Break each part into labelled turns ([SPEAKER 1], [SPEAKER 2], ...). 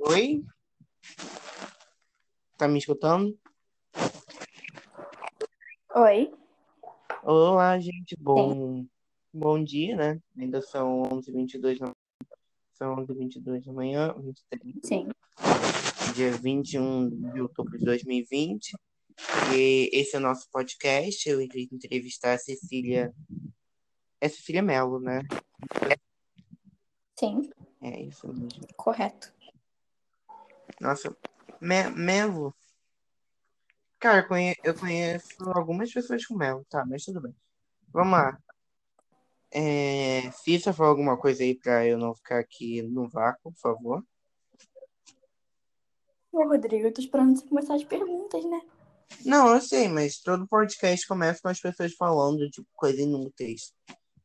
[SPEAKER 1] Oi? Tá me escutando?
[SPEAKER 2] Oi,
[SPEAKER 1] Olá, gente. Bom, bom dia, né? Ainda são 11h22 da manhã. São 11h22 da manhã, 23,
[SPEAKER 2] sim.
[SPEAKER 1] dia 21 de outubro de 2020. E esse é o nosso podcast. Eu irei entrevistar a Cecília. É Cecília Mello, né?
[SPEAKER 2] Sim,
[SPEAKER 1] É isso mesmo.
[SPEAKER 2] correto.
[SPEAKER 1] Nossa, Me Melo. Cara, eu conhe- eu conheço algumas pessoas com Melo, tá? Mas tudo bem. Vamos lá. É, se você falar alguma coisa aí pra eu não ficar aqui no vácuo, por favor.
[SPEAKER 2] Ô, Rodrigo, eu tô esperando você começar as perguntas, né?
[SPEAKER 1] Não, eu sei, mas todo podcast começa com as pessoas falando, tipo, coisa inúteis.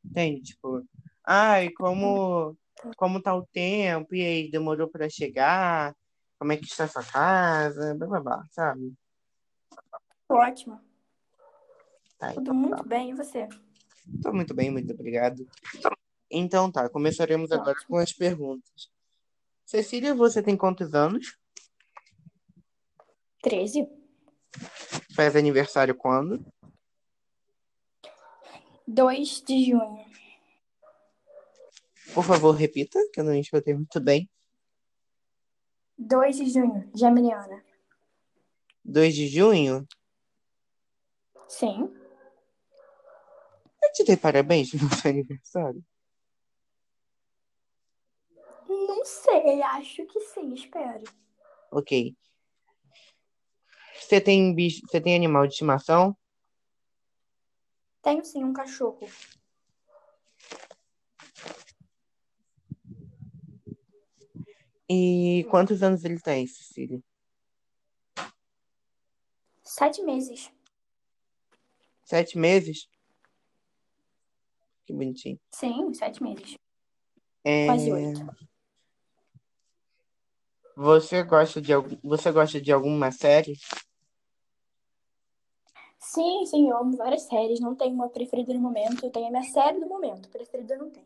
[SPEAKER 1] Entende? Tipo, ai, como, como tá o tempo? E aí, demorou pra chegar? Como é que está a sua casa? Blá, blá, blá, sabe?
[SPEAKER 2] Tô Ótimo.
[SPEAKER 1] Tá,
[SPEAKER 2] Tudo
[SPEAKER 1] então tá.
[SPEAKER 2] muito bem, e você?
[SPEAKER 1] Tô muito bem, muito obrigado. Então tá, começaremos agora com as perguntas. Cecília, você tem quantos anos?
[SPEAKER 2] 13?
[SPEAKER 1] Faz aniversário quando?
[SPEAKER 2] 2 de junho.
[SPEAKER 1] Por favor, repita, que eu não escutei muito bem.
[SPEAKER 2] 2 de junho, Geminiana.
[SPEAKER 1] 2 de junho?
[SPEAKER 2] Sim.
[SPEAKER 1] Eu te dei parabéns no seu aniversário.
[SPEAKER 2] Não sei, acho que sim, espero.
[SPEAKER 1] Ok. Você tem bicho, você tem animal de estimação?
[SPEAKER 2] Tenho sim um cachorro.
[SPEAKER 1] E quantos anos ele tem, Cecília?
[SPEAKER 2] Sete meses.
[SPEAKER 1] Sete meses? Que bonitinho.
[SPEAKER 2] Sim, sete meses.
[SPEAKER 1] É,
[SPEAKER 2] Quase oito.
[SPEAKER 1] Você gosta de algum, você gosta de alguma série?
[SPEAKER 2] Sim, sim, eu amo várias séries. Não tenho uma preferida no momento. Eu tenho a minha série do momento. Preferida eu não tenho.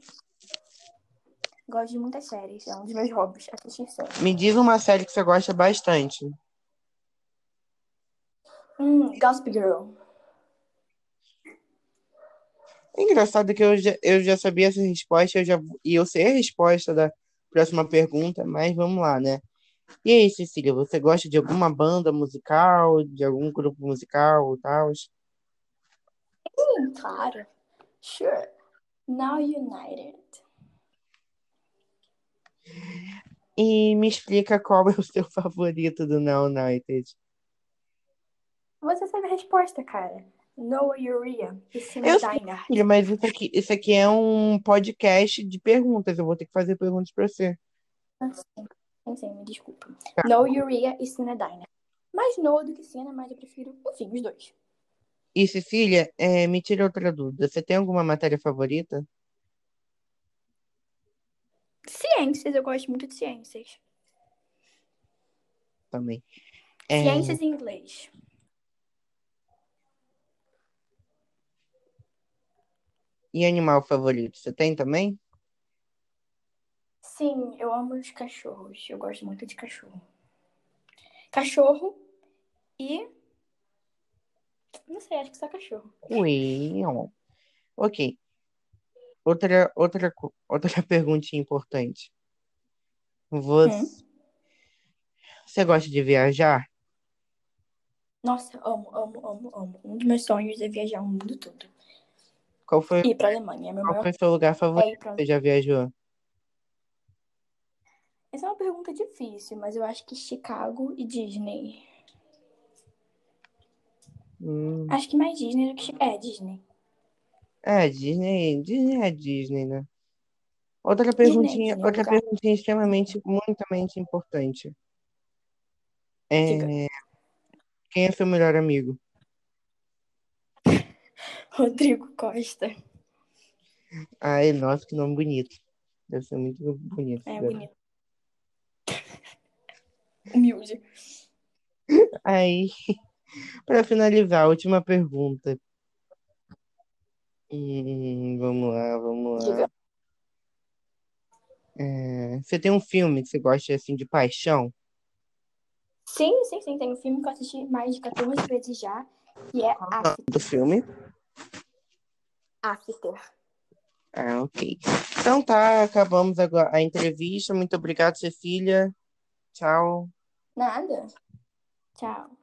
[SPEAKER 2] Gosto de muitas séries. É um dos meus hobbies, assistir séries.
[SPEAKER 1] Me diz uma série que você gosta bastante.
[SPEAKER 2] Hum, Gossip Girl.
[SPEAKER 1] É Engraçado que eu já, eu já sabia essa resposta, eu já, e eu sei a resposta da próxima pergunta, mas vamos lá, né? E aí, Cecília, você gosta de alguma banda musical, de algum grupo musical ou tal?
[SPEAKER 2] Sim, Claro. Sure. Now United.
[SPEAKER 1] E me explica qual é o seu favorito do Now United.
[SPEAKER 2] Você sabe a resposta, cara. Noah Uria e Sina
[SPEAKER 1] Eu sei,
[SPEAKER 2] Dynard.
[SPEAKER 1] Cecília, mas isso aqui, isso aqui é um podcast de perguntas, eu vou ter que fazer perguntas pra você.
[SPEAKER 2] Ah, Sim, sim, me desculpa. Noah Uria e Sina Dynard. Mais Noah do que Sina, mas eu prefiro, enfim, os dois.
[SPEAKER 1] E, Cecília, é, me tira outra dúvida, você tem alguma matéria favorita?
[SPEAKER 2] Ciências, eu gosto muito de ciências.
[SPEAKER 1] Também. É,
[SPEAKER 2] Ciências em inglês.
[SPEAKER 1] e animal favorito, você tem também?
[SPEAKER 2] Sim, eu amo os cachorros. Eu gosto muito de cachorro. Cachorro e. Não sei, acho que só cachorro.
[SPEAKER 1] Ui, ó. Ok. Outra, outra, co- outra perguntinha importante. Você,
[SPEAKER 2] Hum.
[SPEAKER 1] você gosta de viajar?
[SPEAKER 2] Nossa, amo, amo, amo, amo. Um dos meus sonhos é viajar o mundo todo.
[SPEAKER 1] Qual foi,
[SPEAKER 2] Ir pra Alemanha. Meu
[SPEAKER 1] qual
[SPEAKER 2] maior
[SPEAKER 1] foi o seu lugar
[SPEAKER 2] é
[SPEAKER 1] favorito
[SPEAKER 2] ir pra
[SPEAKER 1] que você já viajou?
[SPEAKER 2] Essa é uma pergunta difícil, mas eu acho que Chicago e Disney.
[SPEAKER 1] Hum,
[SPEAKER 2] Acho que mais Disney do que Chicago. É, Disney.
[SPEAKER 1] é, Disney, Disney é Disney, né? Outra
[SPEAKER 2] Disney,
[SPEAKER 1] perguntinha,
[SPEAKER 2] Disney é um
[SPEAKER 1] outra
[SPEAKER 2] lugar.
[SPEAKER 1] perguntinha extremamente, muitamente importante.
[SPEAKER 2] Diga.
[SPEAKER 1] É, quem é seu melhor amigo?
[SPEAKER 2] Rodrigo Costa.
[SPEAKER 1] Ai, nossa, que nome bonito. Deve ser muito bonito.
[SPEAKER 2] É
[SPEAKER 1] né?
[SPEAKER 2] bonito. Humilde.
[SPEAKER 1] Aí, para finalizar, última pergunta. Hum, vamos lá, vamos lá.
[SPEAKER 2] Diga.
[SPEAKER 1] É, Você tem um filme que você gosta assim de paixão?
[SPEAKER 2] Sim, sim, sim. Tem um filme que eu assisti mais de 14 vezes já, que é
[SPEAKER 1] Não. Do filme?
[SPEAKER 2] After.
[SPEAKER 1] Ah, ok. Então tá, acabamos agora a entrevista. Muito obrigado, Cecília. Tchau.
[SPEAKER 2] Nada. Tchau.